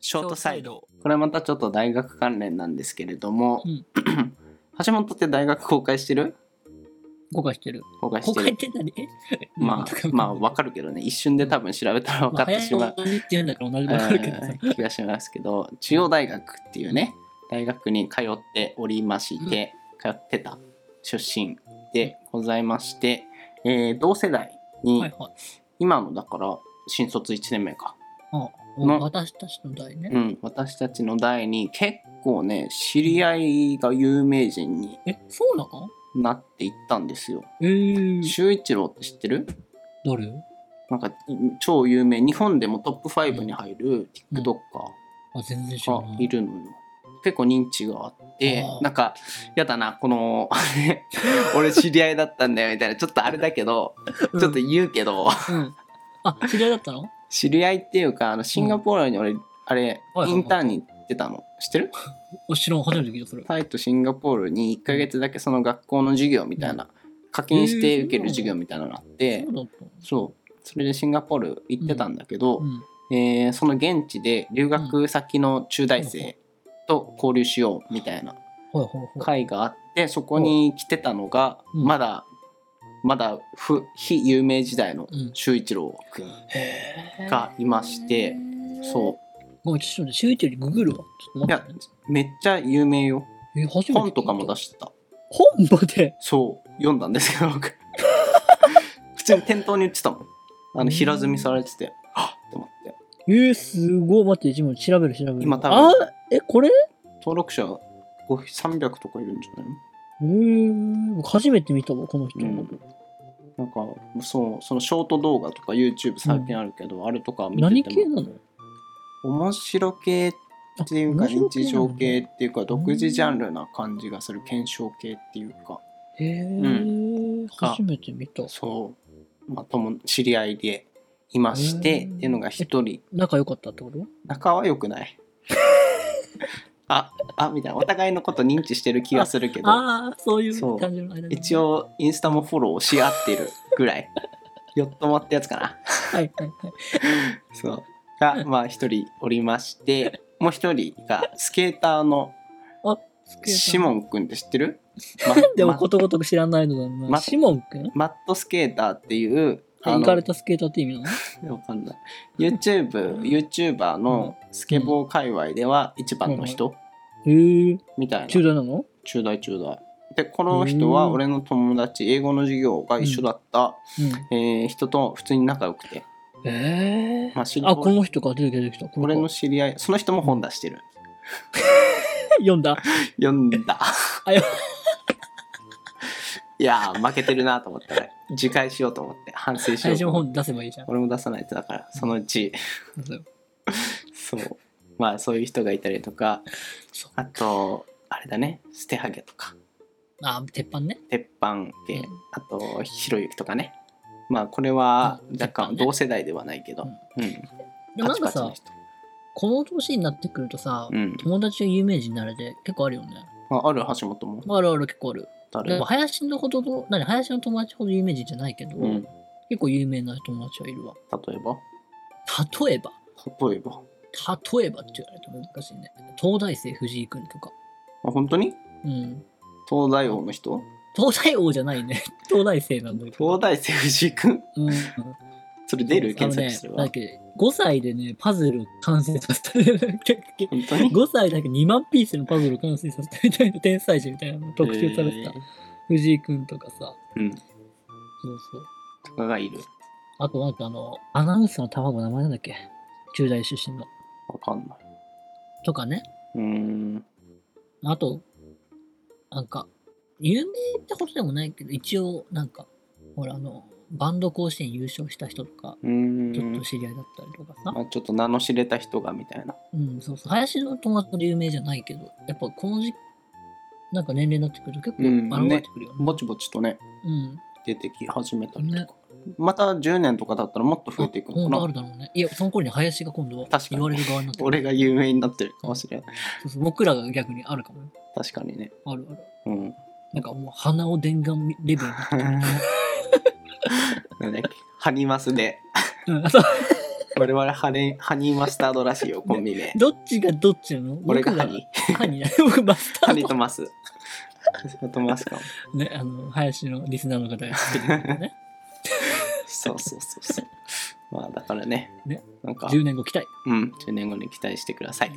ショートサイド。これまたちょっと大学関連なんですけれども、うん 橋本って大学公開してる誤解してる。公開し誤て解るって何 まあまあわかるけどね一瞬で多分調べたら分かってしまう、同じって言うんだから同じえわかるけどさ。ー気がしますけど中央大学っていうね大学に通っておりまして、通ってた出身でございまして、えー同世代に、はいはい。今のだから新卒1年目か、あの私たちの代ね。うん、私たちの代に結構ね知り合いが有名人にえ、そうなのなっていったんですよ。えー、周一郎って知ってる誰なんか超有名日本でもトップ5に入るうん TikToker あ、全然知らながい。いるのよ。結構認知があってあーなんかやだなこの 俺知り合いだったんだよみたいなちょっとあれだけどうんちょっと言うけどうん。あ、知り合いだったの知り合いっていうかあのシンガポールに俺、あれはいはいはいインターンに行ってたの知ってるお知らん、初めて聞いた、それ。タイとシンガポールに1ヶ月だけその学校の授業みたいな課金して受ける授業みたいなのがあってそうだったのそうそれでシンガポール行ってたんだけど、うん。えーその現地で留学先の中大生と交流しようみたいなはいはいはい。会があってそこに来てたのがうんまだまだ不非有名時代のうん周一郎くんへ。がいまして、そうごめん、ちょっとね、周一よりググるわ。ちょっとうい待っやてね。めっちゃ有名よえ、初めて聞いた。本とかも出してた本までそう読んだんですけど 僕普通に店頭に売ってたもんあの平積みされててあっと思ってえー、すごい。待って、自分調べる、調べる。今多分あ、え、これ登録者ご300とかいるんじゃないのうーん、初めて見たわ、この人。うんなんかそうそのショート動画とか YouTube 最近あるけど、あれとか見何て系てもなの面白系っていうかあ面白系日なの常系っていうか独自ジャンルな感じがする検証系っていうかへえ、か初めて見た。そうまあとも知り合いでいましてっうんていうのが一人仲良かったってこと仲は良くない ああみたいなお互いのこと認知してる気がするけどああ、そういそうう感じの間一応。応インスタもフォローし合ってるぐらいよっともってやつかなはいはいはい。そうがまあ一人おりま してもう一人がスケーターのシモン。ンくんって知ってるでもマことごとく知らないのだな。まシモンくんマットスケーターっていうあ行のかれたスケーターって意味なのわかんない YouTube YouTuber のスケボー界隈では一番の人へえ、みたいな中大なの中大中大でこの人はうん俺の友達英語の授業が一緒だった、えー人と普通に仲良くて、うん。へえ。まあ、知りあ、この人か、出てきた、出てきた。こ俺子 の知り合いその人も本出してる読んだ。読んだ あよ いやー負けてるなと思ったら自戒しようと思って反省しよ最う初との思って本出せばいいじゃん。俺も出さないとだからそのうちそうそうまあそういう人がいたりとかそうあとあれだね捨てはげとかあ、鉄板ね。鉄板系、うんあとひろゆきとかねまあこれはうん若干鉄板ね同世代ではないけど、うん、でもなんパかさチ、パチこの年になってくるとさ、の人友達が有名人になれて結構あるよね。うん、あある橋本もあるある結構ある。で誰も林のほどと、何、林の友達ほど有名人じゃないけど、うん、例結構有名な友達はいるわ。えば例えば、例えば例えばって言われると難しいね。東大生藤井くんとか。あ本当にうん。東大王の人東大王じゃないね。 東大生なんだけど。東大生藤井君うん。それ出る検索ねすれ、だばっけ、5歳でね、パズルを完成させた。5 本当に歳だけ2万ピースのパズルを完成させたみたいな天才児みたいなの特集されてた。えー藤井くんとかさ。うんそうそとう。かがいるあとなんかあの、アナウンサーの卵名前なんだっけ中大出身の。わかんないとかね。うーんあと、なんか、有名ってことでもないけど、一応、なんか、ほら、あの、バンド甲子園優勝した人とか、うーんちょっと知り合いだったりとかさま。あ、ちょっと名の知れた人がみたいなうん、そうそう。林の友達で有名じゃないけど、やっぱこの時期、なんか年齢になってくると結うん構現れてくるよね。ぼちぼちとねうん。出てき始めたりとか、ねまた10年とかだったらもっと増えていく今の度あかるなだろうね。いや、その頃に林が今度は確かに言われる側になってくる。俺が有名になってるかもしれないそうそう僕らが逆にあるかもね。確かにねあるある。う んなんかもう鼻を伝眼レベルになってなんだっけハニマスでうん、あそう我々ハネハニーマスタードらしいよコンビ名どっちがどっちなの俺が僕ハニ ハニーだ。僕マスータハーニード。とマスハニーとマスかもね、あの、林のリスナーの方が知ってるけど ね。そうそうそうそうまあだからねねなんか10年後期待。 うん10年後に期待してください